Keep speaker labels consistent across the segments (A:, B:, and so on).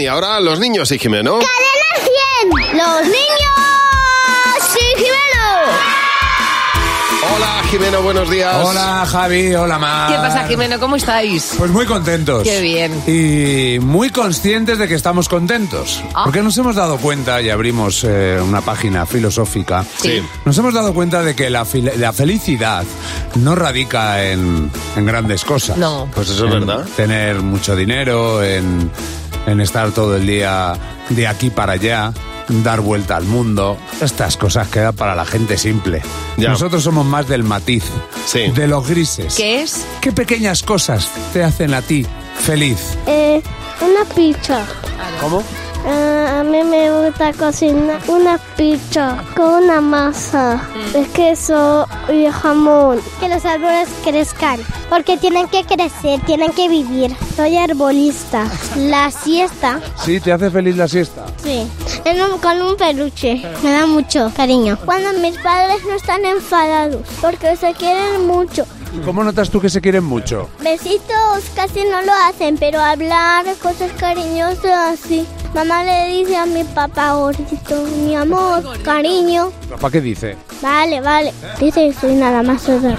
A: Y ahora los niños y Jimeno.
B: ¡Cadena 100! ¡Los niños! ¡Sí, Jimeno!
A: Hola Jimeno, buenos días.
C: Hola Javi, hola Mar.
D: ¿Qué pasa, Jimeno? ¿Cómo estáis?
C: Pues muy contentos.
D: Qué bien.
C: Y muy conscientes de que estamos contentos.
D: Ah.
C: Porque nos hemos dado cuenta, y abrimos eh, una página filosófica,
D: Sí.
C: nos hemos dado cuenta de que la, fil- la felicidad no radica en, en grandes cosas.
D: No.
A: Pues eso es
C: En
A: verdad.
C: Tener mucho dinero, en, en estar todo el día de aquí para allá, dar vuelta al mundo. Estas cosas quedan para la gente simple.
A: Ya.
C: Nosotros somos más del matiz,
A: Sí.
C: de los grises.
D: ¿Qué es?
C: ¿Qué pequeñas cosas te hacen a ti feliz?
B: Eh, una pizza.
C: ¿Cómo?
B: Ah, a mí me gusta cocinar una pizza con una masa de queso y jamón. Que los árboles crezcan, porque tienen que crecer, tienen que vivir. Soy arbolista. La siesta.
C: Sí, te hace feliz la siesta.
B: Sí, en un- con un peluche. Me da mucho cariño. Cuando mis padres no están enfadados, porque se quieren mucho.
C: ¿Cómo notas tú que se quieren mucho?
B: Besitos casi no lo hacen, pero hablar cosas cariñosas así. Mamá le dice a mi papá gordito, mi amor, cariño.
C: ¿Papá qué dice?
B: Vale, vale. Dice soy nada más otra.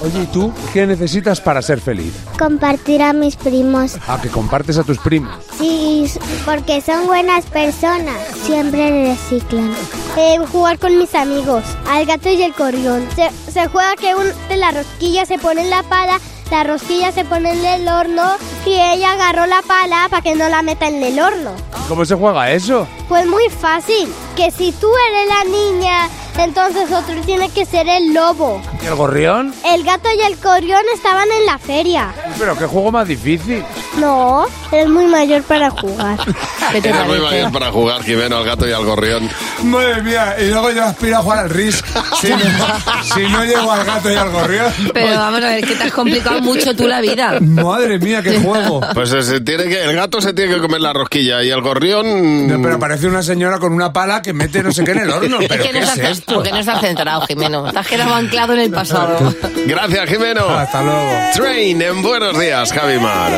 C: Oye, ¿y tú qué necesitas para ser feliz?
B: Compartir a mis primos.
C: Ah, que compartes a tus primos.
B: Sí, porque son buenas personas. Siempre reciclan. Eh, jugar con mis amigos, al gato y el corrión. Se, se juega que un, de la rosquilla se pone en la pala, la rosquilla se pone en el horno y ella agarró la pala para que no la meta en el horno.
C: ¿Cómo se juega eso?
B: Pues muy fácil, que si tú eres la niña, entonces otro tiene que ser el lobo.
C: ¿Y el gorrión?
B: El gato y el corrión estaban en la feria.
C: Pero qué juego más difícil.
B: No, es muy mayor para jugar.
D: ¿Qué te
A: Era muy
D: parece?
A: bien para jugar Jimeno al gato y al gorrión.
C: Madre mía, y luego yo aspiro a jugar al RIS. Si no, si no llego al gato y al gorrión.
D: Pero vamos a ver, que te has complicado mucho tú la vida.
C: Madre mía, qué juego.
A: Pues eh, se tiene que, el gato se tiene que comer la rosquilla y el gorrión.
C: No, pero parece una señora con una pala que mete no sé qué en el horno. ¿Pero
D: ¿Qué
C: qué
D: no
C: es
D: estás-
C: esto?
D: ¿Por qué no estás centrado, Jimeno? Te has quedado anclado en el pasado.
C: Ah,
A: Gracias Jimeno.
C: Hasta luego.
A: Train en buenos días, Javi Mar.